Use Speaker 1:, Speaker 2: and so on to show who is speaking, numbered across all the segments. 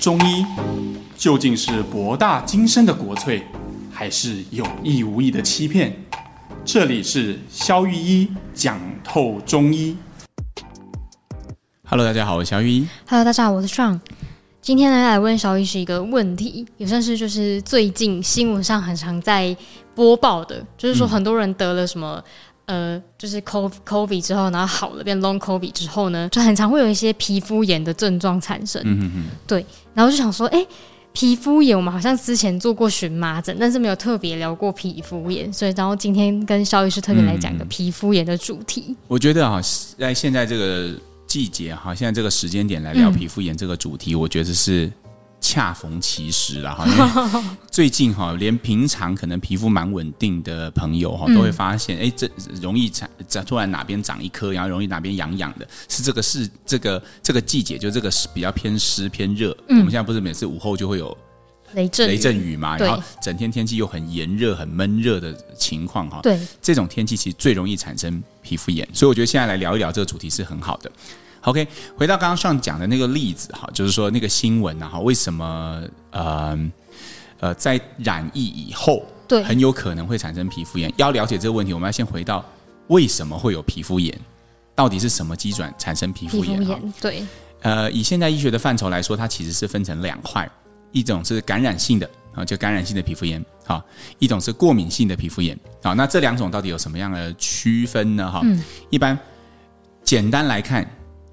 Speaker 1: 中医究竟是博大精深的国粹，还是有意无意的欺骗？这里是肖玉一讲透中医。Hello，大家好，我是肖玉一。
Speaker 2: Hello，大家好，我是 Sean。今天呢，来问小医师一个问题，也算是就是最近新闻上很常在播报的，就是说很多人得了什么、呃，就是 CO COVID 之后，然后好了变 Long COVID 之后呢，就很常会有一些皮肤炎的症状产生。
Speaker 1: 嗯哼哼，
Speaker 2: 然后就想说，哎、皮肤炎我们好像之前做过荨麻疹，但是没有特别聊过皮肤炎，所以然后今天跟肖医师特别来讲
Speaker 1: 嗯
Speaker 2: 一个皮肤炎的主题。
Speaker 1: 我觉得啊，在现在这个季节哈，现在这个时间点来聊
Speaker 2: 嗯
Speaker 1: 皮肤炎这个主题，我觉得是恰逢其时了 哈。因为最近哈，连平常可能皮肤蛮稳定的朋友哈，都会发现，哎、这容易长，长突然哪边长一颗，然后容易哪边痒痒的，是这个是这个这个季节，就这个是比较偏湿偏热。我们现在不是每次午后就会有
Speaker 2: 雷震
Speaker 1: 雷嗯阵雨嘛，
Speaker 2: 对
Speaker 1: 然后整天天气又很炎热、很闷热的情况哈。
Speaker 2: 对，
Speaker 1: 这种天气其实最容易产生皮肤炎，所以我觉得现在来聊一聊这个主题是很好的。OK，回到刚刚上讲的那个例子哈，就是说那个新闻啊哈，为什么呃呃在染疫以后，
Speaker 2: 对
Speaker 1: 很有可能会产生皮肤炎。要了解这个问题，我们要先回到为什么会有皮肤炎，到底是什么机转产生皮
Speaker 2: 皮
Speaker 1: 肤
Speaker 2: 肤
Speaker 1: 炎？啊哈。
Speaker 2: 炎，对，
Speaker 1: 呃，以现代医学的范畴来说，它其实是分成两块，一种是感染性的啊，就感染性的皮肤炎啊，一种是过敏性的皮肤炎啊。那这两种到底有什么样的区分呢？哈、一般简单来看，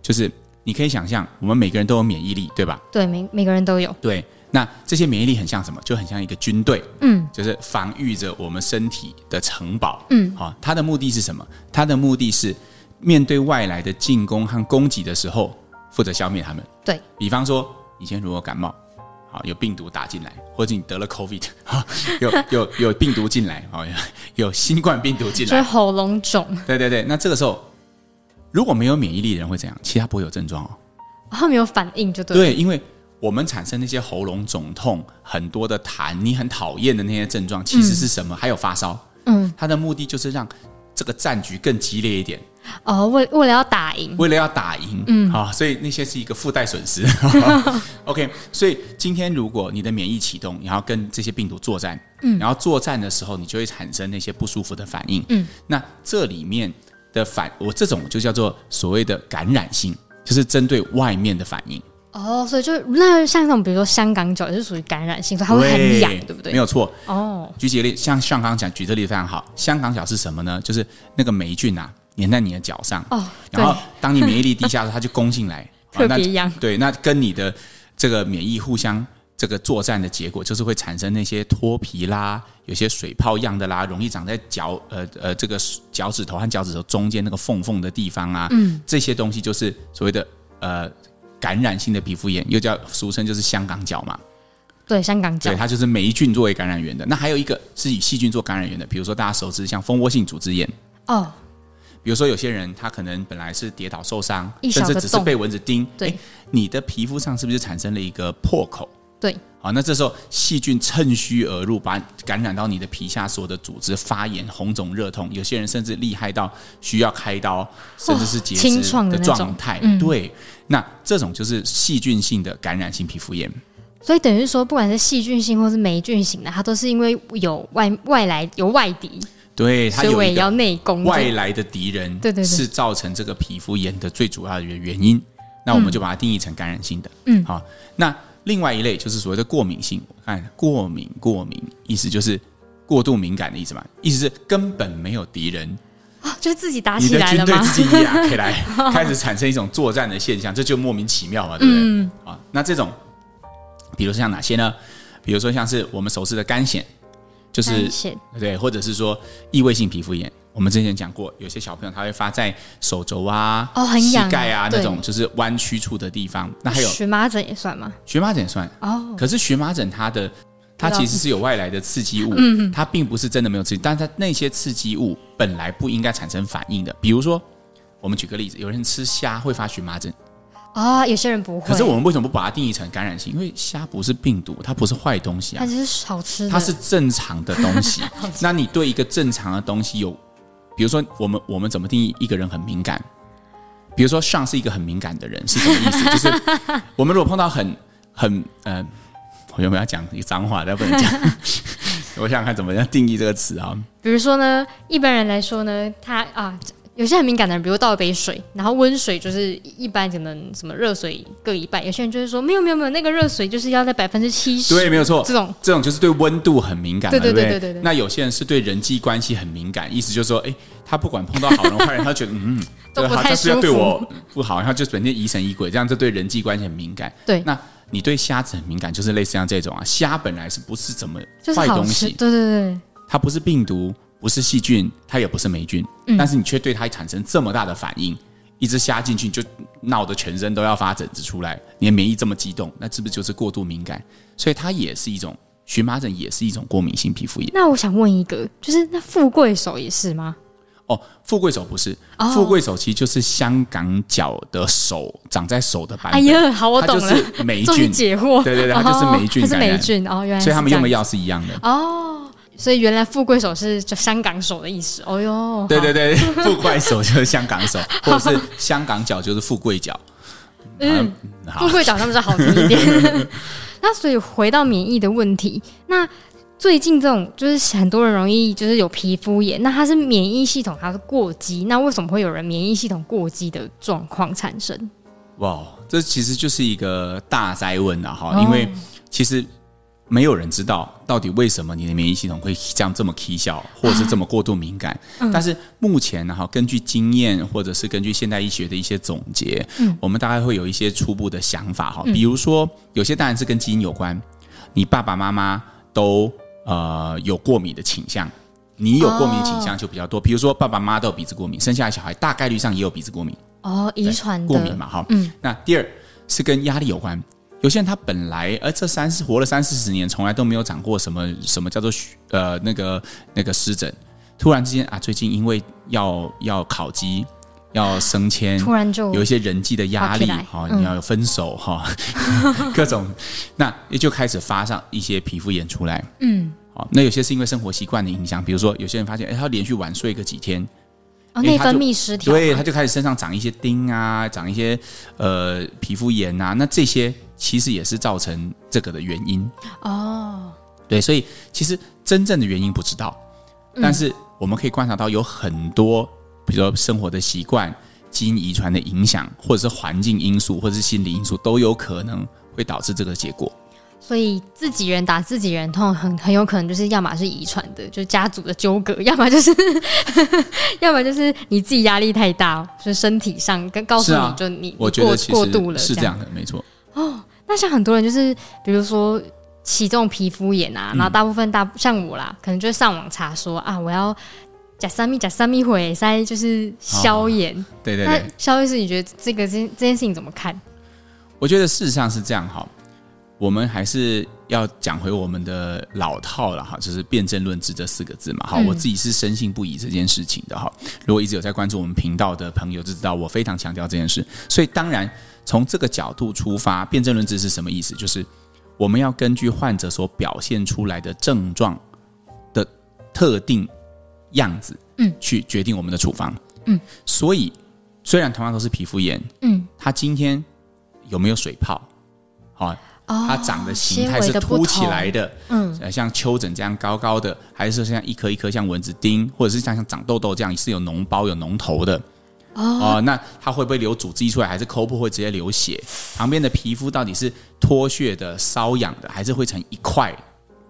Speaker 1: 就是你可以想象，我们每个人都有免疫力，对吧？
Speaker 2: 对，每每个人都有，
Speaker 1: 对，那这些免疫力很像什么？就很像一个军队，
Speaker 2: 嗯，
Speaker 1: 就是防御着我们身体的城堡，嗯，好、它的目的是什么？它的目的是面对外来的进攻和攻击的时候，负责消灭他们。
Speaker 2: 对，
Speaker 1: 比方说，以前如果感冒，好有病毒打进来，或者你得了 COVID，好 有有有病毒进来，好有有新冠病毒进
Speaker 2: 就是
Speaker 1: 来，
Speaker 2: 喉咙肿，
Speaker 1: 对对对，那这个时候如果没有免疫力的人会怎样？其他不会有症状哦。
Speaker 2: 然后没有反应就对了。
Speaker 1: 对，因为我们产生那些喉咙肿痛、很多的痰，你很讨厌的那些症状，其实是什么？还有发烧。
Speaker 2: 嗯，
Speaker 1: 它的目的就是让这个战局更激烈一点，
Speaker 2: 哦，为为了要打赢，
Speaker 1: 为了要打赢。嗯，啊，所以那些是一个附带损 失。OK，所以今天如果你的免疫启动，然后跟这些病毒作战，嗯，然后作战的时候，你就会产生那些不舒服的反应。嗯，那这里面的反，我这种就叫做所谓的感染性，就是针对外面的反应。
Speaker 2: 哦，所以就那像那种比如说香港脚也是属于感染性，所以它会很痒，对不对？
Speaker 1: 没有错，
Speaker 2: 哦，
Speaker 1: 举几个例，像香港脚举这个例子非常好。香港脚是什么呢？就是那个霉菌啊，粘在你的脚上，
Speaker 2: 哦
Speaker 1: 然后当你免疫力低下的时候，它就攻 进来，
Speaker 2: 特
Speaker 1: 那
Speaker 2: 别痒
Speaker 1: 对，那跟你的这个免疫互相这个作战的结果，就是会产生那些脱皮啦，有些水泡样的啦，容易长在脚呃呃这个脚趾头和脚趾头中间那个缝缝的地方啊，嗯，这些东西就是所谓的呃感染性的皮肤炎，又叫俗称就是香港脚嘛。
Speaker 2: 对，香港脚
Speaker 1: 对，，它就是霉菌作为感染源的。那还有一个是以细菌做感染源的，比如说大家熟知像蜂窝性组织炎，
Speaker 2: 哦，
Speaker 1: 比如说有些人他可能本来是跌倒受伤，
Speaker 2: 一
Speaker 1: 甚
Speaker 2: 小
Speaker 1: 至
Speaker 2: 个
Speaker 1: 只是被蚊子叮，
Speaker 2: 对
Speaker 1: 诶，你的皮肤上是不是产生了一个破口？
Speaker 2: 对，
Speaker 1: 好，那这时候细菌趁虚而入，把感染到你的皮下所有的组织，发炎、红肿、热痛。有些人甚至厉害到需要开刀，甚至是截
Speaker 2: 清
Speaker 1: 肢
Speaker 2: 创的那种嗯
Speaker 1: 状态。对，那这种就是细菌性的感染性皮肤炎。
Speaker 2: 所以等于说，不管是细菌性或是霉菌型的，它都是因为有外外来有外敌，
Speaker 1: 对，它
Speaker 2: 所以
Speaker 1: 有
Speaker 2: 我
Speaker 1: 一
Speaker 2: 也
Speaker 1: 个
Speaker 2: 要内攻。
Speaker 1: 外来的敌人，
Speaker 2: 对对对
Speaker 1: 是造成这个皮肤炎的最主要的原因。那我们就把它定义成感染性的，嗯，好。那另外一类就是所谓的过敏性，看过敏过敏，意思就是过度敏感的意思嘛，意思是根本没有敌人，
Speaker 2: 啊就是自己打
Speaker 1: 你
Speaker 2: 起
Speaker 1: 的
Speaker 2: 来
Speaker 1: 军
Speaker 2: 了
Speaker 1: 队
Speaker 2: 吗？
Speaker 1: 自己也 啊起来，开始产生一种作战的现象，这就莫名其妙嘛，对不对？
Speaker 2: 嗯
Speaker 1: 啊，那这种，比如说像哪些呢？比如说像是我们熟知的干癣，就是
Speaker 2: 干癣
Speaker 1: 对，或者是说异位性皮肤炎。我们之前讲过，有些小朋友他会发在手肘啊、
Speaker 2: 哦很
Speaker 1: 膝
Speaker 2: 痒啊
Speaker 1: 盖啊那
Speaker 2: 对
Speaker 1: 种，就是弯曲处的地方。那还有
Speaker 2: 荨麻疹也算吗？
Speaker 1: 荨麻疹也算，
Speaker 2: 哦，
Speaker 1: 可是荨麻疹它的它
Speaker 2: 知道嗯
Speaker 1: 其实是有外来的刺激物， 它并不是真的没有刺激，但它那些刺激物本来不应该产生反应的。比如说，我们举个例子，有人吃虾会发荨麻疹，
Speaker 2: 啊、有些人不会，
Speaker 1: 可是我们为什么不把它定义成感染性？因为虾不是病毒，它不是坏东西啊
Speaker 2: 它，只是好吃的，
Speaker 1: 它是正常的东西。那你对一个正常的东西有，比如说我们我们怎么定义一个人很敏感？比如说上是一个很敏感的人是什么意思？就是我们如果碰到很很呃，我原本要讲一个脏话，但不能讲。 我想想看怎么样定义这个词啊？
Speaker 2: 比如说呢，一般人来说呢，他啊，有些很敏感的人，比如倒一杯水，然后温水就是一般可能什么热水各一半，有些人就是说没有没有没有，那个热水就是要在百分之七十，
Speaker 1: 对，没有错，
Speaker 2: 这种
Speaker 1: 这种就是对温度很敏感嘛，
Speaker 2: 对对
Speaker 1: 不
Speaker 2: 对对对对
Speaker 1: 那有些人是对人际关系很敏感，意思就是说，哎，他不管碰到好人坏人，他觉得嗯， 嗯这
Speaker 2: 都
Speaker 1: 个
Speaker 2: 不
Speaker 1: 好
Speaker 2: 太
Speaker 1: 像是要
Speaker 2: 舒
Speaker 1: 对
Speaker 2: 服
Speaker 1: 我不好，然后就整天疑神疑鬼，这样就对人际关系很敏感。
Speaker 2: 对
Speaker 1: 那你对虾子很敏感，就是类似像这种啊，虾本来是不是怎么
Speaker 2: 就是
Speaker 1: 坏
Speaker 2: 好
Speaker 1: 东
Speaker 2: 吃，
Speaker 1: 西？
Speaker 2: 对对对，
Speaker 1: 它不是病毒，不是细菌，它也不是霉菌，
Speaker 2: 嗯
Speaker 1: 但是你却对它产生这么大的反应，一只虾进去你就闹得全身都要发疹子出来，你的免疫这么激动，那是不是就是过度敏感？所以它也是一种荨麻疹，也是一种过敏性皮肤炎。
Speaker 2: 那我想问一个，就是那富贵手也是吗？
Speaker 1: 哦，富贵手不是，
Speaker 2: 哦
Speaker 1: 富贵手其实就是香港脚的手长在手的版
Speaker 2: 哎
Speaker 1: 本，
Speaker 2: 呀，好，我
Speaker 1: 它
Speaker 2: 懂
Speaker 1: 啊就
Speaker 2: 了，
Speaker 1: 是霉
Speaker 2: 终于
Speaker 1: 菌，
Speaker 2: 解惑。
Speaker 1: 对对对它就是霉菌
Speaker 2: 哦它是
Speaker 1: 感染
Speaker 2: 霉菌哦，原来是
Speaker 1: 所以他们
Speaker 2: 这
Speaker 1: 用
Speaker 2: 样
Speaker 1: 的药是一样的。
Speaker 2: 哦，所以原来富贵手是就香港手的意思。哦哟，
Speaker 1: 对对对， 富贵手就是香港手，或者是香港脚就是富贵脚。
Speaker 2: 嗯，
Speaker 1: 好
Speaker 2: 富贵脚他们是好听 一点。那所以回到免疫的问题，那最近这种就是很多人容易就是有皮肤炎，那它是免疫系统它是过激，那为什么会有人免疫系统过激的状况产生？
Speaker 1: 哇，这其实就是一个大灾问啊！哈、
Speaker 2: 哦
Speaker 1: 因为其实没有人知道到底为什么你的免疫系统会这样这么 K 笑，或者是这么过度敏感。但是目前呢，哈，根据经验或者是根据现代医学的一些总结，我们大概会有一些初步的想法哈。比如说，有些当然是跟基因有关，你爸爸妈妈都呃有过敏的倾向。你有过敏的倾向就比较多，比如说爸爸妈妈都有鼻子过敏，生下来小孩大概率上也有鼻子过敏。
Speaker 2: 哦，遗
Speaker 1: 对
Speaker 2: 传的
Speaker 1: 过敏嘛，哈。
Speaker 2: 嗯
Speaker 1: 那第二是跟压力有关。有些人他本来呃这三十活了三四十年，从来都没有长过什么什么叫做虚呃那个那个湿疹，突然之间啊，最近因为要要考级，要升迁，
Speaker 2: 突然就
Speaker 1: 有一些人际的压力
Speaker 2: 发起来，
Speaker 1: 哈、
Speaker 2: 嗯
Speaker 1: 你要有分手 哈，各种，那也就开始发上一些皮肤炎出来。
Speaker 2: 嗯，
Speaker 1: 好，那有些是因为生活习惯的影响，比如说有些人发现，哎，他连续晚睡个几天，因
Speaker 2: 哦，
Speaker 1: 为
Speaker 2: 内
Speaker 1: 它
Speaker 2: 分
Speaker 1: 就
Speaker 2: 泌失调嘛，
Speaker 1: 对，他就开始身上长一些钉啊，长一些呃皮肤炎啊，那这些其实也是造成这个的原因。
Speaker 2: 哦，
Speaker 1: 对，所以其实真正的原因不知道，
Speaker 2: 嗯
Speaker 1: 但是我们可以观察到有很多，比如说生活的习惯、基因遗传的影响，或者是环境因素，或者是心理因素，都有可能会导致这个结果。
Speaker 2: 所以自己人打自己人，通常很很有可能就是要么是遗传的，就是家族的纠葛，要么就是， 要么就是你自己压力太大，就是身体上跟告诉
Speaker 1: 是
Speaker 2: 你、
Speaker 1: 啊
Speaker 2: 就你
Speaker 1: 我
Speaker 2: 你
Speaker 1: 觉得
Speaker 2: 过
Speaker 1: 其
Speaker 2: 过度
Speaker 1: 实
Speaker 2: 了
Speaker 1: 是
Speaker 2: 这
Speaker 1: 这样的，没错。
Speaker 2: 那像很多人就是，比如说起这种皮肤炎
Speaker 1: 嗯
Speaker 2: 啊，然后大部分大像我啦，可能就会上网查说啊，我要假三米假三米会塞，就是消炎。
Speaker 1: 哦对对
Speaker 2: 那
Speaker 1: 对，
Speaker 2: 消炎是你觉得这个这这件事情怎么看？
Speaker 1: 我觉得事实上是这样哈，我们还是要讲回我们的老套了哈，就是辩证论治这四个字嘛。哈，
Speaker 2: 嗯
Speaker 1: 我自己是深信不疑这件事情的哈。如果一直有在关注我们频道的朋友就知道，我非常强调这件事。所以当然从这个角度出发，辩证论治是什么意思？就是我们要根据患者所表现出来的症状的特定样子，
Speaker 2: 嗯，
Speaker 1: 去决定我们的处方，
Speaker 2: 嗯。
Speaker 1: 所以虽然同样都是皮肤炎，
Speaker 2: 嗯，
Speaker 1: 它今天有没有水泡？好、
Speaker 2: 哦
Speaker 1: 它长的形
Speaker 2: 纤
Speaker 1: 态
Speaker 2: 维
Speaker 1: 是
Speaker 2: 的不
Speaker 1: 凸起
Speaker 2: 同
Speaker 1: 来的，
Speaker 2: 嗯，
Speaker 1: 呃，像丘疹这样高高的，还是说像一颗一颗像蚊子叮，或者是像像长痘痘这样是有脓包有脓头的？哦、那它会不会流组织液出来，还是抠破会直接流血？旁边的皮肤到底是脱屑的、瘙痒的，还是会成一块？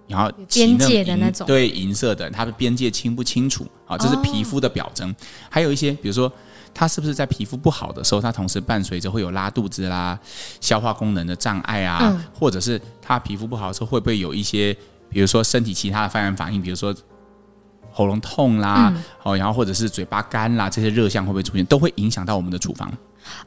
Speaker 1: 然后起
Speaker 2: 边
Speaker 1: 那
Speaker 2: 界的
Speaker 1: 银
Speaker 2: 那种
Speaker 1: 对银色的，它的边界清不清楚啊？这是皮肤的表征。还有一些，比如说它是不是在皮肤不好的时候，它同时伴随着会有拉肚子啦、消化功能的障碍啊，
Speaker 2: 嗯
Speaker 1: 或者是它皮肤不好的时候，会不会有一些，比如说身体其他的发炎反应，比如说喉咙痛啦，
Speaker 2: 嗯
Speaker 1: 哦，然后或者是嘴巴干啦，这些热象会不会出现，都会影响到我们的处方。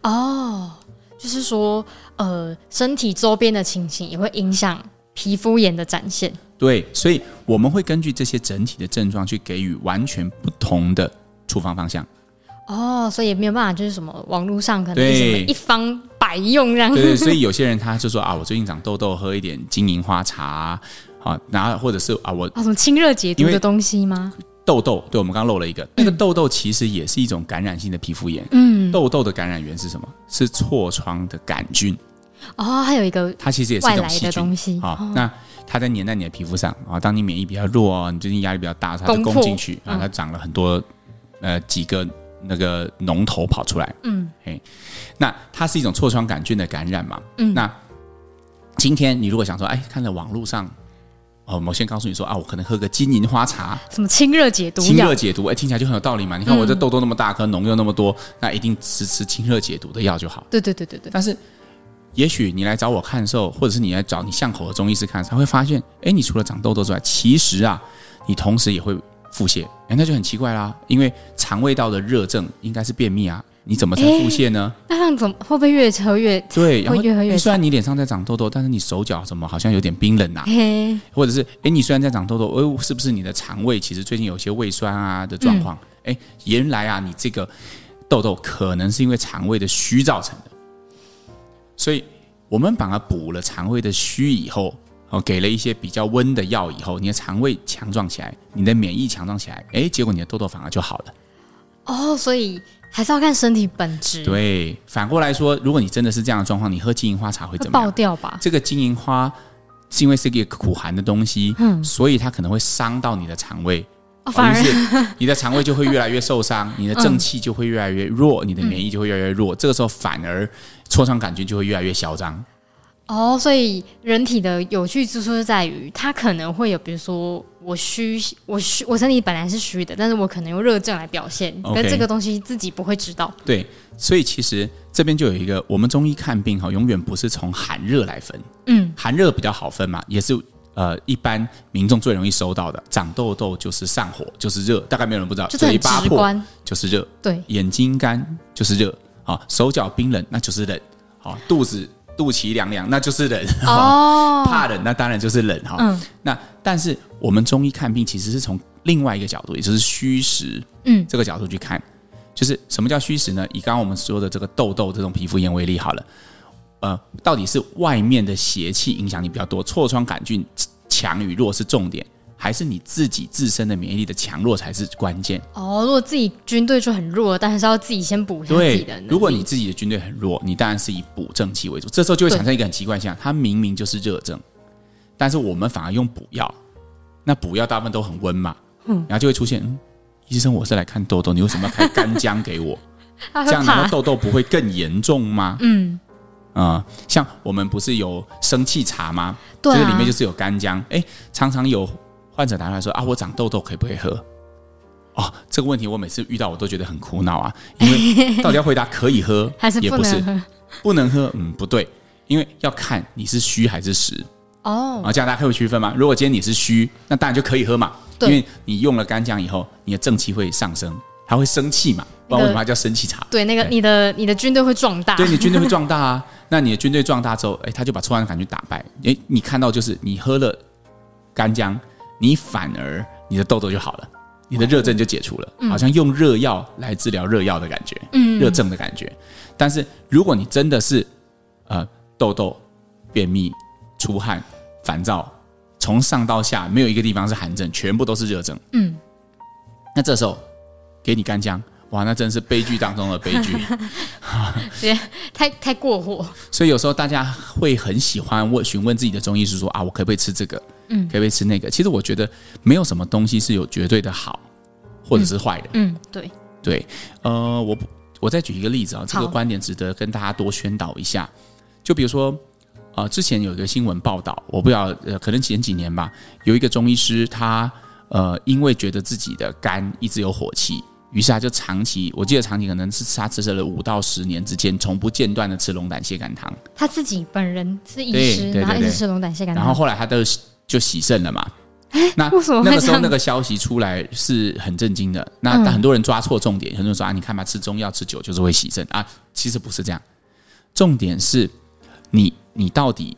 Speaker 2: 哦，就是说，呃，身体周边的情形也会影响皮肤炎的展现。
Speaker 1: 对，所以我们会根据这些整体的症状去给予完全不同的处方方 向。
Speaker 2: 哦，所以也没有办法，就是什么网络上可能
Speaker 1: 对
Speaker 2: 是什么一方百用这样。
Speaker 1: 对对，所以有些人他就说啊，我最近长痘痘，喝一点金银花茶啊，然后或者是啊，我
Speaker 2: 哦，什么清热解毒
Speaker 1: 因为
Speaker 2: 的东西吗？
Speaker 1: 痘痘，对我们刚刚漏了一个，那个痘痘其实也是一种感染性的皮肤炎。
Speaker 2: 嗯，
Speaker 1: 痘痘的感染源是什么？是痤疮的杆菌。
Speaker 2: 哦，还有一个
Speaker 1: 它其实也是一
Speaker 2: 外
Speaker 1: 种
Speaker 2: 来
Speaker 1: 细
Speaker 2: 的
Speaker 1: 菌
Speaker 2: 东西，
Speaker 1: 啊、那它在粘在你的皮肤上啊、当你免疫比较弱，你最近压力比较大，它就
Speaker 2: 攻
Speaker 1: 攻
Speaker 2: 破
Speaker 1: 进去啊，
Speaker 2: 嗯
Speaker 1: 它长了很多呃几个那个脓头跑出来。
Speaker 2: 嗯，
Speaker 1: 嘿，那它是一种痤疮杆菌的感染嘛？
Speaker 2: 嗯
Speaker 1: 那今天你如果想说，哎，看了网络上。哦，某些告诉你说啊，我可能喝个金银花茶，
Speaker 2: 什么清热解毒
Speaker 1: 清
Speaker 2: 药嗯
Speaker 1: 热，解毒，哎、听起来就很有道理嘛。你看我这痘痘那么大颗，脓又那么多，那一定吃吃清热解毒的药就好。
Speaker 2: 对对对对对，
Speaker 1: 但是，也许你来找我看的时候，或者是你来找你巷口的中医师看的时候，他会发现，哎、你除了长痘痘之外，其实啊，你同时也会腹泻，哎、那就很奇怪啦。因为肠胃道的热症应该是便秘啊，你怎么才腹泻呢？
Speaker 2: 那这样怎么会不会越喝越
Speaker 1: 对，然后
Speaker 2: 哎会越喝越
Speaker 1: 诶虽然你脸上在长痘痘，但是你手脚怎么好像有点冰冷啊？
Speaker 2: 黑？
Speaker 1: 或者是哎、诶你虽然在长痘痘，哎、是不是你的肠胃其实最近有些胃酸啊的状况？哎、原来啊，你这个痘痘可能是因为肠胃的虚造成的，所以我们把它补了肠胃的虚以后，哦，给了一些比较温的药以后，你的肠胃强壮起来，你的免疫强壮起来，哎、结果你的痘痘反而就好了。
Speaker 2: 哦，所以还是要看身体本质，
Speaker 1: 对，反过来说，如果你真的是这样的状况，你喝金银花茶会
Speaker 2: 会
Speaker 1: 怎么
Speaker 2: 爆
Speaker 1: 样？
Speaker 2: 掉吧？
Speaker 1: 这个金银花是因为是一个苦寒的东西，所以它可能会伤到你的肠胃。
Speaker 2: 哦，
Speaker 1: 反
Speaker 2: 反
Speaker 1: 而
Speaker 2: 而
Speaker 1: 是你的肠胃就会越来越受伤，你的正气就会越来越弱，你的免疫就会越来越弱。这个时候反而痤疮杆菌就会越来越嚣张。
Speaker 2: 哦，所以人体的有趣之处是在于，它可能会有，比如说我虚，我虚，我身体本来是虚的，但是我可能用热症来表现，
Speaker 1: OK
Speaker 2: 但这个东西自己不会知道。
Speaker 1: 对，所以其实这边就有一个，我们中医看病哈，永远不是从寒热来分，
Speaker 2: 嗯，
Speaker 1: 寒热比较好分嘛，也是呃一般民众最容易收到的，长痘痘就是上火就是热，大概没有人不知道，
Speaker 2: 就是
Speaker 1: 嘴
Speaker 2: 很
Speaker 1: 巴
Speaker 2: 直
Speaker 1: 破
Speaker 2: 观，
Speaker 1: 就是热，
Speaker 2: 对，
Speaker 1: 眼睛干就是热，啊、手脚冰冷那就是冷，好、肚子肚脐凉凉那就是冷，
Speaker 2: 哦，
Speaker 1: 怕冷，那当然就是冷哈。
Speaker 2: 嗯
Speaker 1: 那但是我们中医看病其实是从另外一个角度，也就是虚实，
Speaker 2: 嗯
Speaker 1: 这个角度去看，就是什么叫虚实呢？以刚刚我们说的这个痘痘这种皮肤炎为例好了，呃，到底是外面的邪气影响你比较多，痤疮杆菌强与弱是重点，还是你自己自身的免疫力的强弱才是关键？
Speaker 2: 哦，如果自己军队就很弱，但还是要自己先补一下自己
Speaker 1: 对
Speaker 2: 的能，力。
Speaker 1: 如果你自己的军队很弱，你当然是以补正气为主，这时候就会产生一个很奇怪现象，它明明就是热症，但是我们反而用补药，那补药大部分都很温嘛，然后就会出现，嗯，医生我是来看痘痘，你为什么要开干姜给 我？
Speaker 2: 他
Speaker 1: 这
Speaker 2: 会
Speaker 1: 样难道
Speaker 2: 怕，
Speaker 1: 痘痘不会更严重吗？
Speaker 2: 嗯，
Speaker 1: 啊、像我们不是有生气茶吗？
Speaker 2: 对啊
Speaker 1: 这个里面就是有干姜。哎，常常有患者打来说啊，我长痘痘可不可以喝？哦，这个问题我每次遇到我都觉得很苦恼 啊，因为到底要回答可以喝
Speaker 2: 还是
Speaker 1: 也
Speaker 2: 不
Speaker 1: 不是
Speaker 2: 能喝。
Speaker 1: 不能喝，嗯，不对，因为要看你是虚还是实
Speaker 2: 哦，
Speaker 1: 啊，这样大家会有区分吗？如果今天你是虚，那当然就可以喝嘛，因
Speaker 2: 对
Speaker 1: 为你用了干姜以后，你的正气会上升，它会生气嘛，不然为什么它叫生气茶？
Speaker 2: 对，那个
Speaker 1: 对
Speaker 2: 你的你的军队会壮大，
Speaker 1: 对你军队会壮大啊。 那你的军队壮大之后，哎，他就把臭汗杆菌打败。哎，你看到就是你喝了干姜，你反而你的痘痘就好了，你的热症就解除了，好像用热药来治疗热药的感觉，
Speaker 2: 嗯
Speaker 1: 热症的感觉。但是如果你真的是呃痘痘、便秘、出汗、烦躁，从上到下没有一个地方是寒症，全部都是热症。
Speaker 2: 嗯，
Speaker 1: 那这时候给你干姜，哇，那真是悲剧当中的悲 剧。
Speaker 2: 太太过火。
Speaker 1: 所以有时候大家会很喜欢问询问自己的中医师说啊，我可不可以吃这个？嗯，可不可以吃那个？其实我觉得没有什么东西是有绝对的好或者是坏的。
Speaker 2: 嗯，对，
Speaker 1: 对，呃，我不，我再举一个例子啊，这个
Speaker 2: 好
Speaker 1: 观点值得跟大家多宣导一下。就比如说，呃，之前有一个新闻报道，我不知道，呃，可能前几年吧，有一个中医师他呃，因为觉得自己的肝一直有火气。于是他就长期，我记得长期可能是他吃了五到十年之间，从不间断的吃龙胆泻肝汤。
Speaker 2: 他自己本人是医
Speaker 1: 对
Speaker 2: 师，
Speaker 1: 对
Speaker 2: 然后
Speaker 1: 对
Speaker 2: 一直
Speaker 1: 对
Speaker 2: 吃龙胆泻感
Speaker 1: 然后后来他都就洗肾了嘛。那
Speaker 2: 哎为什么会
Speaker 1: 那个时
Speaker 2: 这
Speaker 1: 候
Speaker 2: 样嗯
Speaker 1: 那个消息出来是很震惊的？那但很多人抓错重点，很多人说啊，你看吧，吃中药吃酒就是会洗肾啊，其实不是这样。重点是你你到底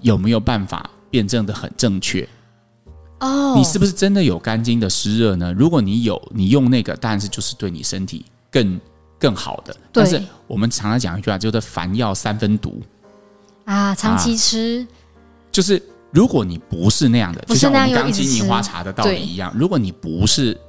Speaker 1: 有没有办法辩证的很正确？
Speaker 2: 哦，
Speaker 1: 你是不是真的有肝经的湿热呢？如果你有，你用那个，当然是就是对你身体更更好的。
Speaker 2: 对
Speaker 1: 但是我们常常讲一句话，就是凡药三分毒。
Speaker 2: 啊，长期吃，
Speaker 1: 就是如果你不是那样的，就
Speaker 2: 不
Speaker 1: 是像我
Speaker 2: 那样
Speaker 1: 们刚
Speaker 2: 又一直
Speaker 1: 金银
Speaker 2: 吃
Speaker 1: 花茶的道理
Speaker 2: 对
Speaker 1: 一样，如果你不是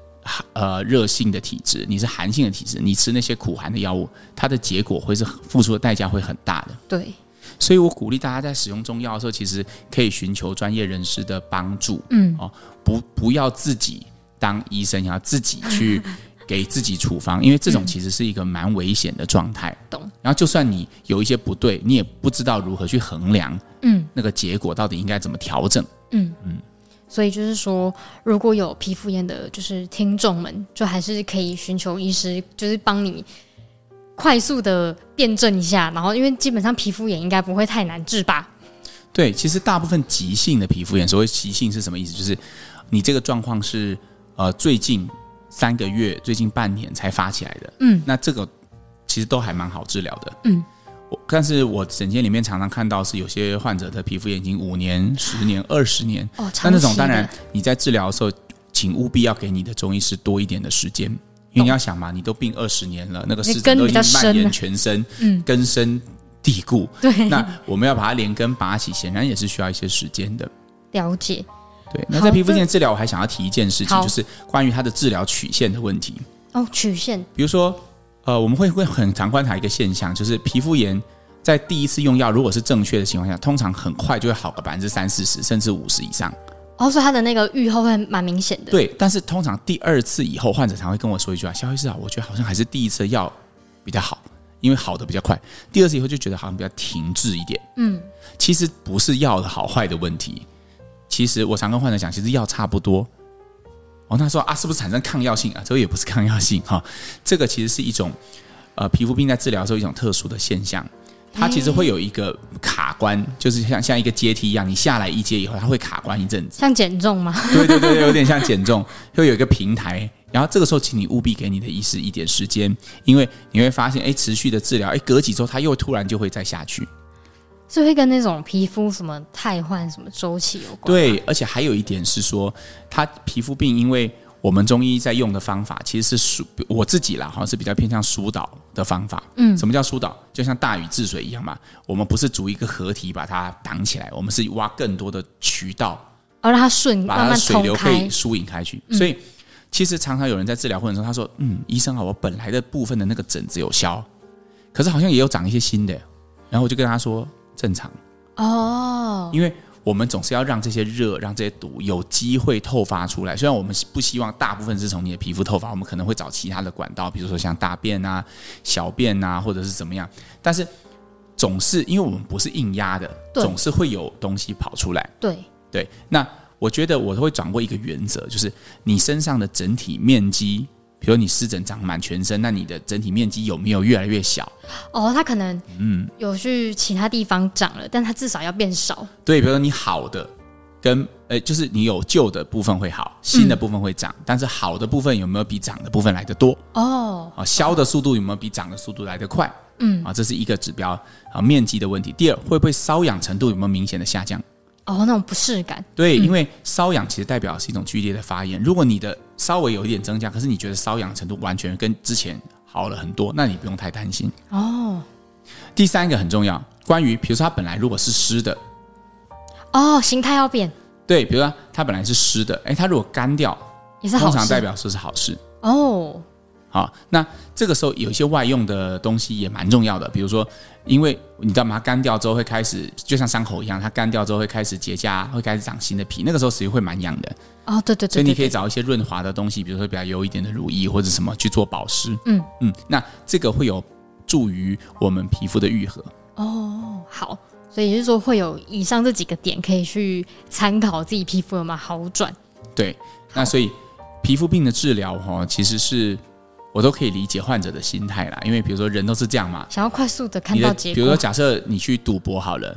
Speaker 1: 呃热性的体质，你是寒性的体质，你吃那些苦寒的药物，它的结果会是付出的代价会很大的。
Speaker 2: 对，
Speaker 1: 所以我鼓励大家在使用中药的时候，其实可以寻求专业人士的帮助，
Speaker 2: 嗯，
Speaker 1: 哦，不不要自己当医生，也要自己去给自己处方，因为这种其实是一个蛮危险的状态。
Speaker 2: 懂。
Speaker 1: 然后就算你有一些不对，你也不知道如何去衡量
Speaker 2: 嗯
Speaker 1: 那个结果到底应该怎么调整。
Speaker 2: 嗯嗯。所以就是说，如果有皮肤炎的，就是听众们，就还是可以寻求医师，就是帮你快速的辩证一下。然后，因为基本上皮肤炎应该不会太难治吧？
Speaker 1: 对，其实大部分急性的皮肤炎，所谓急性是什么意思？就是你这个状况是呃最近三个月、最近半年才发起来的。
Speaker 2: 嗯，
Speaker 1: 那这个其实都还蛮好治疗的。
Speaker 2: 嗯
Speaker 1: 我，但是我诊间里面常常看到是有些患者的皮肤炎已经五年、十年、二十年，
Speaker 2: 哦，
Speaker 1: 那那种
Speaker 2: 长期的
Speaker 1: 当然，你在治疗的时候，请务必要给你的中医师多一点的时间，因为你要想嘛，你都病二十年了，那个
Speaker 2: 你
Speaker 1: 湿疹
Speaker 2: 根
Speaker 1: 都
Speaker 2: 比
Speaker 1: 已
Speaker 2: 较
Speaker 1: 经
Speaker 2: 深
Speaker 1: 蔓
Speaker 2: 了
Speaker 1: 延全身，
Speaker 2: 嗯
Speaker 1: 根深蒂固。
Speaker 2: 对，
Speaker 1: 那我们要把它连根拔起，显然也是需要一些时间的。
Speaker 2: 了解。
Speaker 1: 对，那
Speaker 2: 好
Speaker 1: 在皮肤炎治疗，我还想要提一件事情，
Speaker 2: 好
Speaker 1: 就是关于它的治疗曲线的问题。
Speaker 2: 哦，曲线，
Speaker 1: 比如说，呃，我们会会很常观察一个现象，就是皮肤炎在第一次用药如果是正确的情况下，通常很快就会好个百分之三四十甚至五十以上。
Speaker 2: 哦，所以它的那个愈后会蛮明显的。，
Speaker 1: 对，但是通常第二次以后，患者才会跟我说一句啊，肖医师啊，我觉得好像还是第一次的药比较好，因为好的比较快。第二次以后就觉得好像比较停滞一点。
Speaker 2: 嗯，
Speaker 1: 其实不是药的好坏的问题，其实我常跟患者讲，其实药差不多。哦，他说啊，是不是产生抗药性啊？这个也不是抗药性哈、 这个其实是一种呃皮肤病在治疗的时候一种特殊的现象。它其实会有一个卡关，就是像像一个阶梯一样，你下来一阶以后，它会卡关一阵子。
Speaker 2: 像减重吗？
Speaker 1: 对对对，对有点像减重， 会有一个平台。然后这个时候，请你务必给你的医师一点时间，因为你会发现，哎，持续的治疗，哎，隔几周它又突然就会再下去。
Speaker 2: 是会跟那种皮肤什么汰换、什么周期有关？，
Speaker 1: 对，而且还有一点是说，它皮肤病，因为我们中医在用的方法其实是疏，我自己啦，好像是比较偏向疏导的方法。
Speaker 2: 嗯
Speaker 1: 什么叫疏导？就像大禹治水一样嘛，我们不是逐一个河堤把它挡起来，我们是挖更多的渠道
Speaker 2: 哦，让它顺
Speaker 1: 把
Speaker 2: 慢
Speaker 1: 它的
Speaker 2: 慢
Speaker 1: 水
Speaker 2: 通
Speaker 1: 流可
Speaker 2: 开嗯
Speaker 1: 以。疏引开去。所以其实常常有人在治疗过程中，他说：“嗯，医生啊，我本来的部分的那个疹子有消，可是好像也有长一些新的。”然后我就跟他说：“正常，
Speaker 2: 哦，
Speaker 1: 因为我们总是要让这些热、让这些毒有机会透发出来。虽然我们不希望大部分是从你的皮肤透发，我们可能会找其他的管道，比如说像大便啊、小便啊，或者是怎么样，但是。”总是因为我们不是硬压的，
Speaker 2: 对
Speaker 1: 总是会有东西跑出来。
Speaker 2: 对，
Speaker 1: 对，那我觉得我会掌握一个原则，就是你身上的整体面积，比如你湿疹长满全身，那你的整体面积有没有越来越小？
Speaker 2: 哦，它可能嗯有去其他地方长了，但它至少要变少。
Speaker 1: 对，比如说你好的跟呃，就是你有旧的部分会好，新的部分会长，但是好的部分有没有比长的部分来得多？
Speaker 2: 哦，
Speaker 1: 啊，消的速度有没有比长的速度来得快？
Speaker 2: 嗯，
Speaker 1: 啊，这是一个指标啊，面积的问题。第二，会不会瘙痒程度有没有明显的下降？
Speaker 2: 哦，那种不适感，
Speaker 1: 对，因为瘙痒其实代表是一种剧烈的发炎。如果你的稍微有一点增加，可是你觉得瘙痒程度完全跟之前好了很多，那你不用太担心。
Speaker 2: 哦
Speaker 1: 第三个很重要，关于比如说它本来如果是湿的，
Speaker 2: 哦，形态要变
Speaker 1: 对，比如说它本来是湿的，哎，它如果干掉，
Speaker 2: 也是好
Speaker 1: 通
Speaker 2: 事。
Speaker 1: 常代表说是好事。
Speaker 2: 哦，
Speaker 1: 好，那这个时候有一些外用的东西也蛮重要的，比如说，因为你知道吗？它干掉之后会开始，就像伤口一样，它干掉之后会开始结痂，会开始长新的皮，那个时候其实会蛮痒的。
Speaker 2: 哦，对对
Speaker 1: 所
Speaker 2: 对
Speaker 1: 以
Speaker 2: 对
Speaker 1: 你可以找一些润滑的东西，比如说比较油一点的乳液或者什么去做保湿。
Speaker 2: 嗯
Speaker 1: 嗯，那这个会有助于我们皮肤的愈合。
Speaker 2: 哦，好，所以就是说会有以上这几个点可以去参考自己皮肤有没有好转。
Speaker 1: 对，那所以皮肤病的治疗哈、哦，其实是我都可以理解患者的心态啦，因为比如说人都是这样嘛。
Speaker 2: 想要快速的看
Speaker 1: 你
Speaker 2: 到
Speaker 1: 的
Speaker 2: 结果，
Speaker 1: 比如说，假设你去赌博好 了，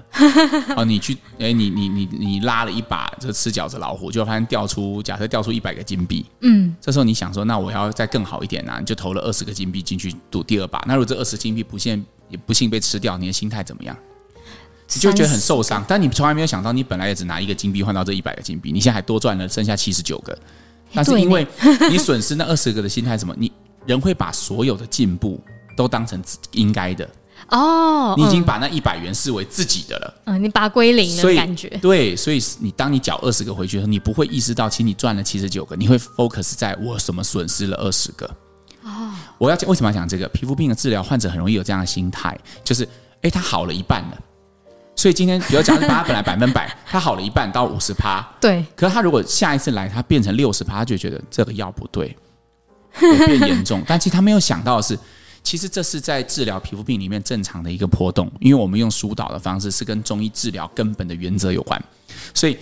Speaker 1: 哦，你去，哎，你你你你拉了一把这吃饺子老虎，就发现掉出，假设掉出一百个金币，
Speaker 2: 嗯，
Speaker 1: 这时候你想说，那我要再更好一点啊，你就投了二十个金币进去赌第二把。那如果这二十金币不幸也不幸被吃掉，你的心态怎么样？你就觉得很受伤，但你从来没有想到，你本来也只拿一个金币换到这一百个金币，你现在还多赚了剩下七十九个。但是
Speaker 2: 哎对
Speaker 1: 因
Speaker 2: 呢
Speaker 1: 为你损失那二十个的心态，什么？你人会把所有的进步都当成自应该的，
Speaker 2: 哦，
Speaker 1: 你已经
Speaker 2: 嗯
Speaker 1: 把那一百元视为自己的了。
Speaker 2: 嗯，你把它归零了
Speaker 1: 所
Speaker 2: 的
Speaker 1: 以
Speaker 2: 感觉，
Speaker 1: 对，所以你当你缴二十个回去的时候，你不会意识到，其实你赚了七十九个，你会 focus 在我什么损失了二十个。哦，我要讲为什么要讲这个？皮肤病的治疗患者很容易有这样的心态，就是诶，他好了一半了，所以今天，比如假设他本来百分百，他好了一半到五十趴，
Speaker 2: 对，
Speaker 1: 可是他如果下一次来，他变成六十趴，他就觉得这个药不对，有变严重。 但其实他没有想到的是，其实这是在治疗皮肤病里面正常的一个波动，因为我们用疏导的方式是跟中医治疗根本的原则有关，所以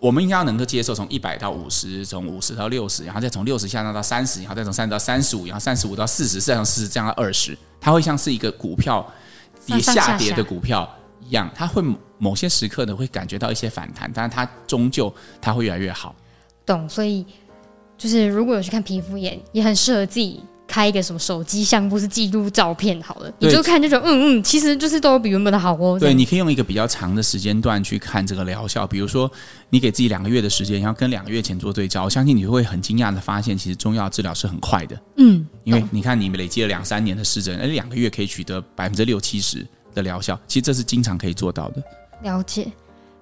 Speaker 1: 我们应该要能够接受从一百到五十，从五十到六十，然后再从六十下降到三十，然后再从三十到三十五，然后三十五到四十，再从四十降到二十，它会像是一个股票跌
Speaker 2: 上上下
Speaker 1: 下跌
Speaker 2: 下
Speaker 1: 的股票一样，它会某某些时刻呢会感觉到一些反弹，但是它终究它会越来越好。
Speaker 2: 懂。所以就是如果有去看皮肤炎，也很适合自己开一个什么手机相簿，是记录照片好了，你
Speaker 1: 对
Speaker 2: 就看这种，嗯嗯，其实就是都有比原本的好哦。这
Speaker 1: 对，
Speaker 2: 样
Speaker 1: 你可以用一个比较长的时间段去看这个疗效，比如说你给自己两个月的时间，然后跟两个月前做对照，我相信你会很惊讶的发现，其实中药治疗是很快的，
Speaker 2: 嗯，
Speaker 1: 因为你看你累积了两三年的湿疹，而两个月可以取得百分之六七十的疗效，其实这是经常可以做到的。
Speaker 2: 了解。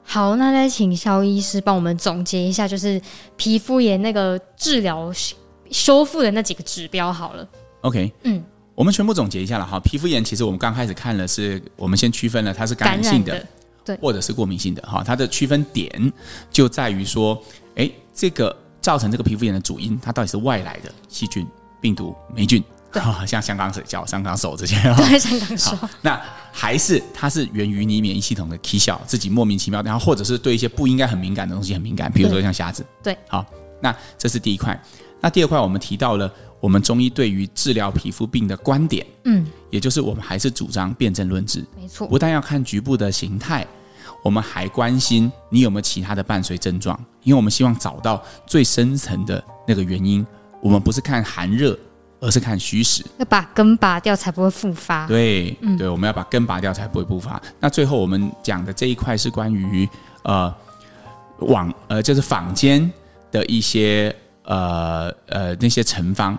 Speaker 2: 好，那再请肖医师帮我们总结一下，就是皮肤炎那个治疗修修复的那几个指标好了。
Speaker 1: OK，
Speaker 2: 嗯，
Speaker 1: 我们全部总结一下了哈。皮肤炎其实我们刚开始看了是，我们先区分了它是感
Speaker 2: 感
Speaker 1: 染
Speaker 2: 染
Speaker 1: 性的，
Speaker 2: 的，
Speaker 1: 或者是过敏性的哈，它的区分点就在于说，哎，这个造成这个皮肤炎的主因，它到底是外来的细菌、病毒、霉菌，哈，像香港水饺、香港手这些哈，
Speaker 2: 对，香港说，
Speaker 1: 那还是它是源于你免疫系统的 K 效，自己莫名其妙，然后或者是对一些不应该很敏感的东西很敏感，比如说像虾子。
Speaker 2: 对，
Speaker 1: 好，那这是第一块。那第二块，我们提到了我们中医对于治疗皮肤病的观点，
Speaker 2: 嗯，
Speaker 1: 也就是我们还是主张辨证论治，
Speaker 2: 没错，
Speaker 1: 不但要看局部的形态，我们还关心你有没有其他的伴随症状，因为我们希望找到最深层的那个原因。我们不是看寒热，而是看虚实。
Speaker 2: 要把根拔掉才不会复发。
Speaker 1: 对，
Speaker 2: 嗯
Speaker 1: 对，我们要把根拔掉才不会不发。那最后我们讲的这一块是关于呃网呃就是坊间的一些呃呃那些成方，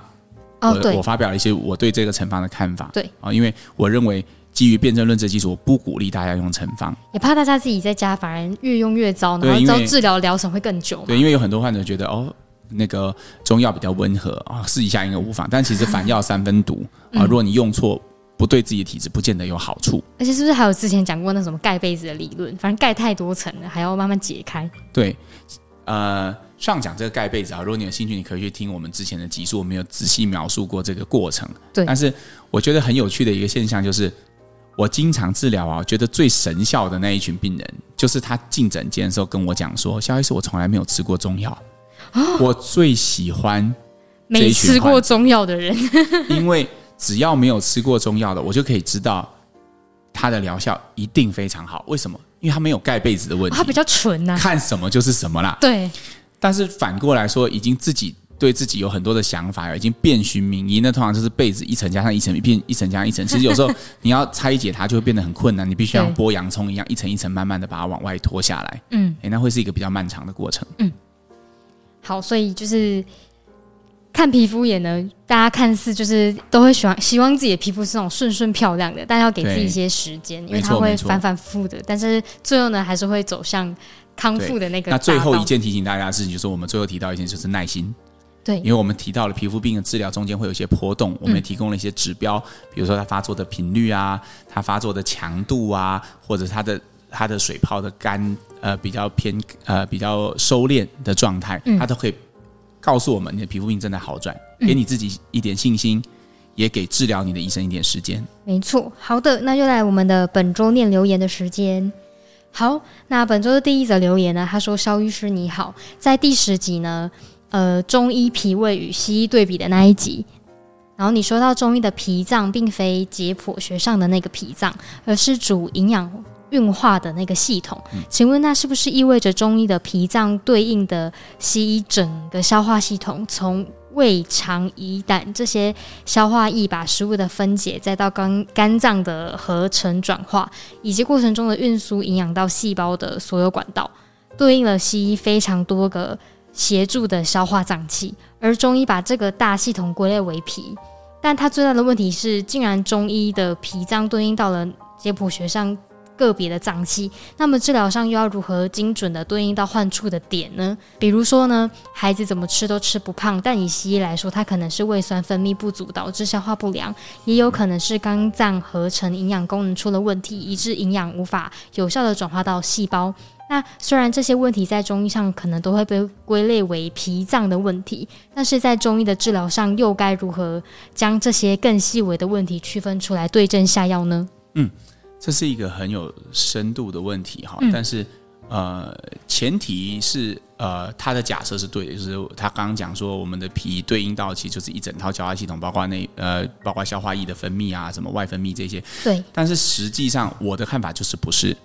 Speaker 2: 哦，
Speaker 1: 我
Speaker 2: 对
Speaker 1: 我，发表了一些我对这个成方的看法。
Speaker 2: 对
Speaker 1: 啊、因为我认为基于辩证论治基础，我不鼓励大家用成方。
Speaker 2: 也怕大家自己在家反而越用越糟，
Speaker 1: 对
Speaker 2: 然后
Speaker 1: 因为
Speaker 2: 到治疗疗程会更久嘛。
Speaker 1: 对，因为有很多患者觉得哦，那个中药比较温和啊、试一下应该无妨。但其实反药三分毒啊、如果你用错，不对自己的体质不见得有好处。
Speaker 2: 而且是不是还有之前讲过那什么盖被子的理论？反正盖太多层了，还要慢慢解开。
Speaker 1: 对，呃，上讲这个盖被子啊，如果你有兴趣，你可以去听我们之前的集数，我们有仔细描述过这个过程。
Speaker 2: 对
Speaker 1: 但是我觉得很有趣的一个现象就是，我经常治疗啊，我觉得最神效的那一群病人，就是他进诊间的时候跟我讲说，肖医师，我从来没有吃过中药，我最喜欢，这
Speaker 2: 没
Speaker 1: 一群
Speaker 2: 吃过中药 的人，
Speaker 1: 因为只要没有吃过中药的，我就可以知道它的疗效一定非常好。为什么？因为它没有盖被子的问题
Speaker 2: 哦他，比较 纯呐、
Speaker 1: 看什么就是什么啦。
Speaker 2: 对，
Speaker 1: 但是反过来说，已经自己对自己有很多的想法，已经遍寻名医。那通常就是被子一层加上一层，一片一层加上一层。其实 有时候你要拆解它，就会变得很困难。你必须像剥洋葱一样，一层一层慢慢的把它往外拖下来。
Speaker 2: 嗯，
Speaker 1: 诶，那会是一个比较漫长的过程。
Speaker 2: 好，所以就是看皮肤炎呢，大家看似就是都会喜欢，希望自己的皮肤是那种顺顺漂亮的，但要给自己一些时间，因为
Speaker 1: 没错
Speaker 2: 它会
Speaker 1: 没错
Speaker 2: 反反复复的，但是最后呢，还是会走向康复的那个
Speaker 1: 那最后
Speaker 2: 大道
Speaker 1: 一件提醒大家的事情，就是我们最后提到一件就是耐心，
Speaker 2: 对
Speaker 1: 因为我们提到了皮肤病的治疗中间会有一些波动，我们也提供了一些指标，比如说它发作的频率啊，它发作的强度啊，或者它的它的水泡的干呃比较偏呃比较收敛的状态，它都可以告诉我们你的皮肤病正在好转，给你自己一点信心，也给治疗你的医生一点时间。
Speaker 2: 没错，好的，那就来我们的本周念留言的时间。好，那本周的第一则留言呢，他说：“肖医师你好，在第十集呢，呃，中医脾胃与西医对比的那一集，然后你说到中医的脾脏并非解剖学上的那个脾脏，而是主营养运化的那个系统。请问那是不是意味着中医的脾脏对应的西医整个消化系统，从胃肠胰胆这些消化液把食物的分解，再到肝肝脏的合成转化，以及过程中的运输营养到细胞的所有管道，对应了西医非常多个协助的消化脏器，而中医把这个大系统归类为脾，但它最大的问题是，竟然中医的脾脏对应到了解剖学上个别的脏器，那么治疗上又要如何精准的对应到患处的点呢？比如说呢，孩子怎么吃都吃不胖，但以西医来说，他可能是胃酸分泌不足导致消化不良，也有可能是肝脏合成营养功能出了问题，以致营养无法有效的转化到细胞。那虽然这些问题在中医上可能都会被归类为脾脏的问题，但是在中医的治疗上又该如何将这些更细微的问题区分出来，对症下药呢？
Speaker 1: 这是一个很有深度的问题哈，
Speaker 2: 嗯
Speaker 1: 但是呃，前提是呃，他的假设是对的，就是呃他刚刚讲说我们的脾对应到其实就是一整套消化系统，包括内呃，包括消化液的分泌啊，什么外分泌这些。
Speaker 2: 对，
Speaker 1: 但是实际上我的看法就是不是，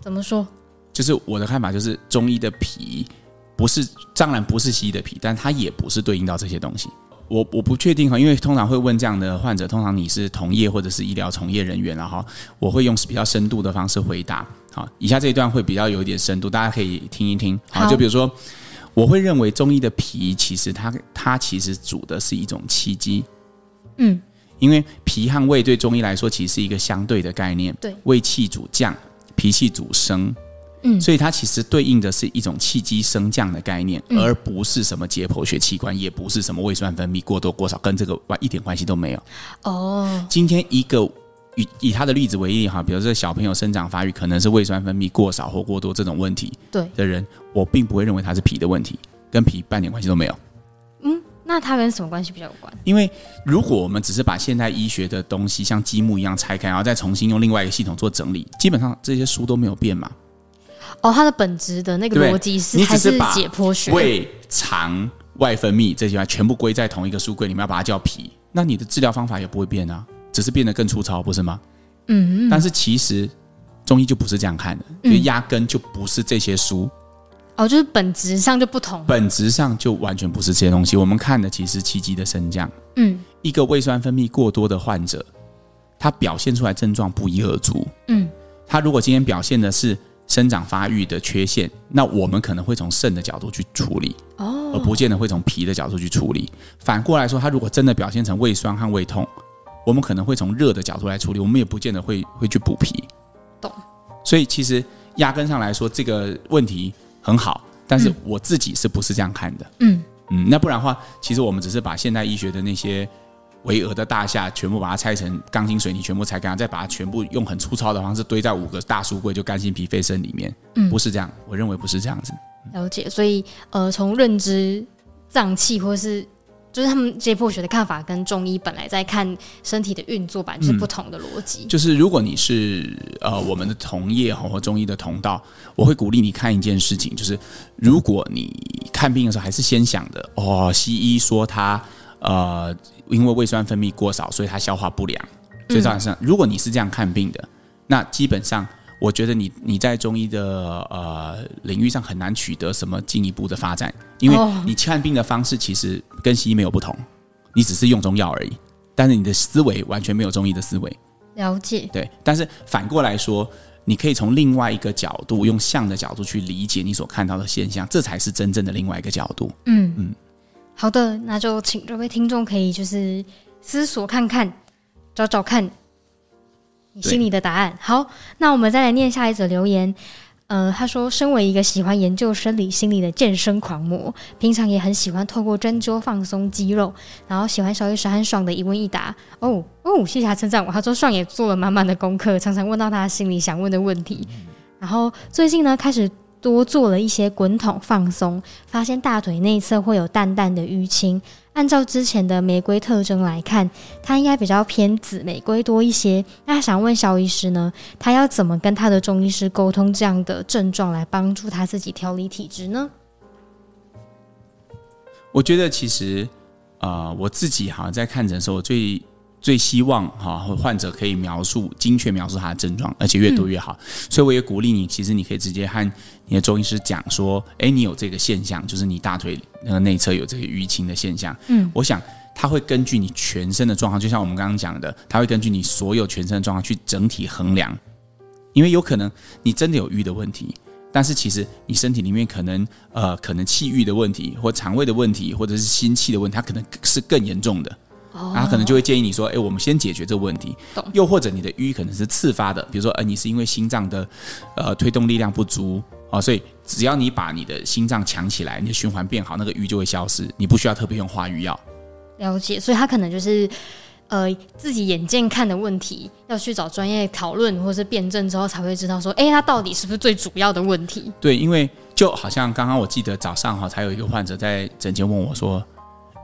Speaker 2: 怎么说？
Speaker 1: 就是我的看法就是中医的脾不是，当然不是西医的脾，但它也不是对应到这些东西。我我不确定哈，因为通常会问这样的患者，通常你是同业或者是医疗从业人员，然后我会用比较深度的方式回答。好，以下这一段会比较有一点深度，大家可以听一听。
Speaker 2: 好
Speaker 1: 就比如说，我会认为中医的脾其实它它其实主的是一种气机，
Speaker 2: 嗯，
Speaker 1: 因为脾和胃对中医来说其实是一个相对的概念，
Speaker 2: 对
Speaker 1: 胃气主降，脾气主升，
Speaker 2: 嗯
Speaker 1: 所以它其实对应的是一种气机升降的概念，
Speaker 2: 嗯
Speaker 1: 而不是什么解剖学器官，也不是什么胃酸分泌过多过少，跟这个完一点关系都没有。
Speaker 2: 哦，
Speaker 1: 今天一个以以他的例子为例哈，比如说小朋友生长发育可能是胃酸分泌过少或过多这种问题
Speaker 2: 对，
Speaker 1: 的人，我并不会认为他是脾的问题，跟脾半点关系都没有。
Speaker 2: 嗯那它跟什么关系比较有关？
Speaker 1: 因为如果我们只是把现代医学的东西像积木一样拆开，然后再重新用另外一个系统做整理，基本上这些书都没有变嘛。
Speaker 2: 哦，它的本质的那个
Speaker 1: 对
Speaker 2: 逻辑是
Speaker 1: 你只
Speaker 2: 还
Speaker 1: 是
Speaker 2: 是
Speaker 1: 把
Speaker 2: 解剖学？
Speaker 1: 胃、肠、外分泌这些全部归在同一个书柜里面，要把它叫脾，那你的治疗方法也不会变啊，只是变得更粗糙，不是吗？
Speaker 2: 嗯，嗯
Speaker 1: 但是其实中医就不是这样看的，就
Speaker 2: 嗯
Speaker 1: 压根就不是这些书，
Speaker 2: 哦，就是本质上就不同。
Speaker 1: 本质上就完全不是这些东西。我们看的其实气机的升降，
Speaker 2: 嗯
Speaker 1: 一个胃酸分泌过多的患者，他表现出来症状不一而足。
Speaker 2: 嗯，
Speaker 1: 他如果今天表现的是生长发育的缺陷，那我们可能会从肾的角度去处理，
Speaker 2: 哦，
Speaker 1: 而不见得会从脾的角度去处理。反过来说，他如果真的表现成胃酸和胃痛，我们可能会从热的角度来处理，我们也不见得会会去补脾。
Speaker 2: 懂。
Speaker 1: 所以其实压根上来说，这个问题很好，但是我自己是不是这样看的？
Speaker 2: 嗯
Speaker 1: 嗯，那不然的话，其实我们只是把现代医学的那些巍峨的大厦全部把它拆成钢筋水泥，全部拆干，再把它全部用很粗糙的方式堆在五个大书柜，就干心脾肺肾里面。
Speaker 2: 嗯
Speaker 1: 不是这样，我认为不是这样子。
Speaker 2: 了解。所以呃，从认知脏器或是就是他们解剖学的看法跟中医本来在看身体的运作版就是不同的逻辑。
Speaker 1: 嗯就是如果你是呃我们的同业哈或中医的同道，我会鼓励你看一件事情，就是如果你看病的时候还是先想的哦，西医说他呃因为胃酸分泌过少，所以他消化不良，所以造成、如果你是这样看病的，那基本上。我觉得你你在中医的呃领域上很难取得什么进一步的发展，因为
Speaker 2: 哦
Speaker 1: 你看病的方式其实跟西医没有不同，你只是用中药而已，但是你的思维完全没有中医的思维。
Speaker 2: 了解。
Speaker 1: 对，但是反过来说，你可以从另外一个角度，用象的角度去理解你所看到的现象，这才是真正的另外一个角度。
Speaker 2: 嗯
Speaker 1: 嗯
Speaker 2: 嗯，好的，那就请这位听众可以就是思索看看，找找看你
Speaker 1: 对
Speaker 2: 心里的答案。好，那我们再来念下一则留言。呃，他说，身为一个喜欢研究生理心理的健身狂魔，平常也很喜欢透过针灸放松肌肉，然后喜欢小医师和爽的一问一答。哦哦，谢谢他称赞我。他说爽也做了满满的功课，常常问到他心里想问的问题。然后最近呢，开始多做了一些滚筒放松，发现大腿内侧会有淡淡的淤青。按照之前的玫瑰特征来看，它应该比较偏紫玫瑰多一些。那想问肖医师呢，他要怎么跟他的中医师沟通这样的症状，来帮助他自己调理体质呢？
Speaker 1: 我觉得其实，呃，我自己哈在看诊的时候，我最最希望哈患者可以描述精确描述他的症状，而且越多越好。所以我也鼓励你，其实你可以直接和你的中医师讲说，诶，你有这个现象，就是你大腿那个内侧有这个淤青的现象。
Speaker 2: 嗯，
Speaker 1: 我想。他会根据你全身的状况，就像我们刚刚讲的，他会根据你所有全身的状况去整体衡量，因为有可能你真的有淤的问题，但是其实你身体里面可能呃可能气郁的问题，或肠胃的问题，或者是心气的问题，它可能是更严重的。
Speaker 2: 哦
Speaker 1: 那他可能就会建议你说，哎、我们先解决这个问题
Speaker 2: 懂。
Speaker 1: 又或者你的淤可能是次发的，比如说，呃，你是因为心脏的呃推动力量不足哦，所以只要你把你的心脏强起来，你的循环变好，那个淤就会消失，你不需要特别用化瘀药。
Speaker 2: 了解，所以他可能就是呃自己眼见看的问题，要去找专业讨论或是辩证之后，才会知道说，哎、他到底是不是最主要的问题？
Speaker 1: 对，因为就好像刚刚我记得早上哈，才有一个患者在诊间问我说：“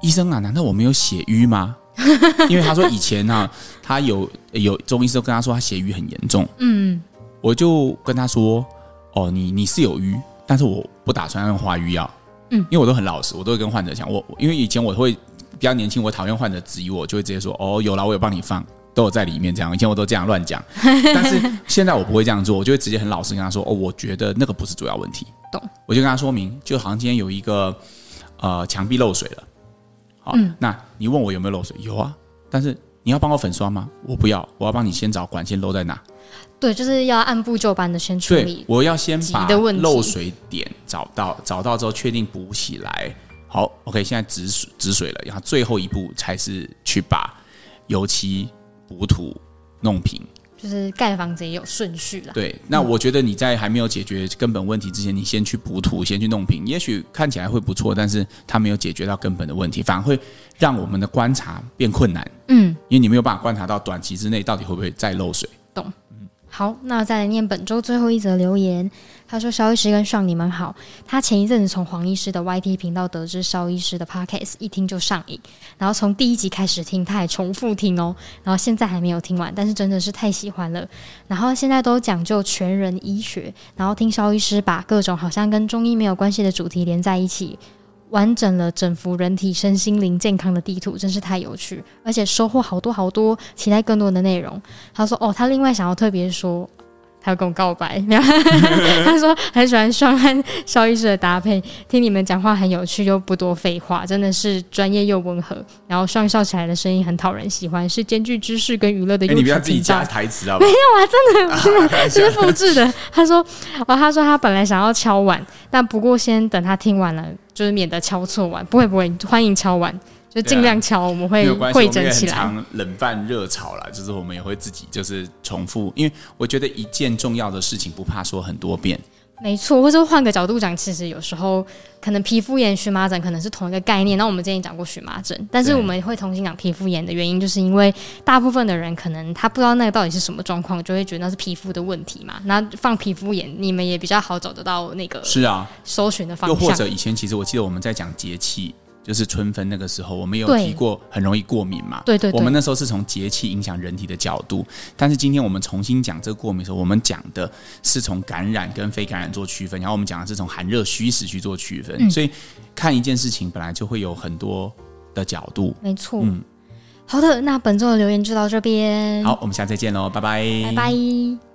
Speaker 1: 医生啊，难道我没有血瘀吗？” 因为他说以前呢、啊，他有有中医师都跟他说他血瘀很严重，
Speaker 2: 嗯，
Speaker 1: 我就跟他说：“哦，你你是有瘀，但是我不打算用化瘀药。”
Speaker 2: 嗯
Speaker 1: 因为我都很老实，我都会跟患者讲，我我因为以前我会比较年轻，我讨厌患者质疑我，我就会直接说：“哦，有啦，我有帮你放。”都有在里面，这样以前我都这样乱讲， 但是现在我不会这样做，我就会直接很老实跟他说：“哦，我觉得那个不是主要问题。”
Speaker 2: 懂？
Speaker 1: 我就跟他说明，就好像今天有一个呃墙壁漏水了，好，
Speaker 2: 嗯
Speaker 1: 那你问我有没有漏水？有啊，但是你要帮我粉刷吗？我不要，我要帮你先找管线漏在哪。
Speaker 2: 对，就是要按部就班的先处
Speaker 1: 对
Speaker 2: 理，。
Speaker 1: 我要先把
Speaker 2: 急的问题
Speaker 1: 漏水点找到，找到之后确定补起来。好，OK，现在止水止水了，然后最后一步才是去把油漆补土弄平。
Speaker 2: 就是盖房子也有顺序啦。
Speaker 1: 对，那我觉得你在还没有解决根本问题之前，你先去补土，先去弄平，也许看起来会不错，但是它没有解决到根本的问题，反而会让我们的观察变困难，
Speaker 2: 嗯，
Speaker 1: 因为你没有办法观察到短期之内到底会不会再漏水。
Speaker 2: 好，那再来念本周最后一则留言。他说：“肖医师跟上你们好，他前一阵子从黄医师的 YT 频道得知肖医师的 Podcast，一听就上瘾，然后从第一集开始听，他还重复听哦，然后现在还没有听完，但是真的是太喜欢了。然后现在都讲究全人医学，然后听肖医师把各种好像跟中医没有关系的主题连在一起。”完整了整幅人体身心灵健康的地图，真是太有趣，而且收获好多好多，期待更多的内容。他说：“哦，他另外想要特别说，哦他要跟我告白。没有他说很喜欢双和肖医师的搭配，听你们讲话很有趣又不多废话，真的是专业又温和。然后上笑起来的声音很讨人喜欢，是兼具知识跟娱乐的
Speaker 1: 哎、
Speaker 2: 优
Speaker 1: 你不
Speaker 2: 质
Speaker 1: 要自己
Speaker 2: 频道。
Speaker 1: 加台词好不好？
Speaker 2: 是复制的。他说，哦，他说他本来想要敲碗，但不过先等他听完了，就是免得敲错碗。不会不会，欢迎敲碗，就尽量敲，我们
Speaker 1: 啊没
Speaker 2: 会
Speaker 1: 有关系，
Speaker 2: 会
Speaker 1: 我们
Speaker 2: 诊
Speaker 1: 也
Speaker 2: 起
Speaker 1: 很
Speaker 2: 来。
Speaker 1: 常冷饭热炒啦，就是我们也会自己就是重复，因为我觉得一件重要的事情不怕说很多遍，
Speaker 2: 没错，或者换个角度讲，其实有时候可能皮肤炎、荨麻疹可能是同一个概念。那我们之前讲过荨麻疹，但是
Speaker 1: 对
Speaker 2: 我们会重新讲皮肤炎的原因，就是因为大部分的人可能他不知道那个到底是什么状况，就会觉得那是皮肤的问题嘛。那放皮肤炎，你们也比较好找得到那个
Speaker 1: 是啊，
Speaker 2: 搜寻的方
Speaker 1: 又
Speaker 2: 向。
Speaker 1: 或者以前其实我记得我们在讲节气，就是春分那个时候，我们有
Speaker 2: 对
Speaker 1: 提过很容易过敏嘛，
Speaker 2: 对对对
Speaker 1: 我们那时候是从节气影响人体的角度，但是今天我们重新讲这个过敏的时候，我们讲的是从感染跟非感染做区分，然后我们讲的是从寒热虚实去做区
Speaker 2: 嗯
Speaker 1: 分，所以看一件事情本来就会有很多的角度。
Speaker 2: 没错。
Speaker 1: 嗯
Speaker 2: 好的，那本周的留言就到这边，
Speaker 1: 好，我们下次再见喽，拜拜，
Speaker 2: 拜拜。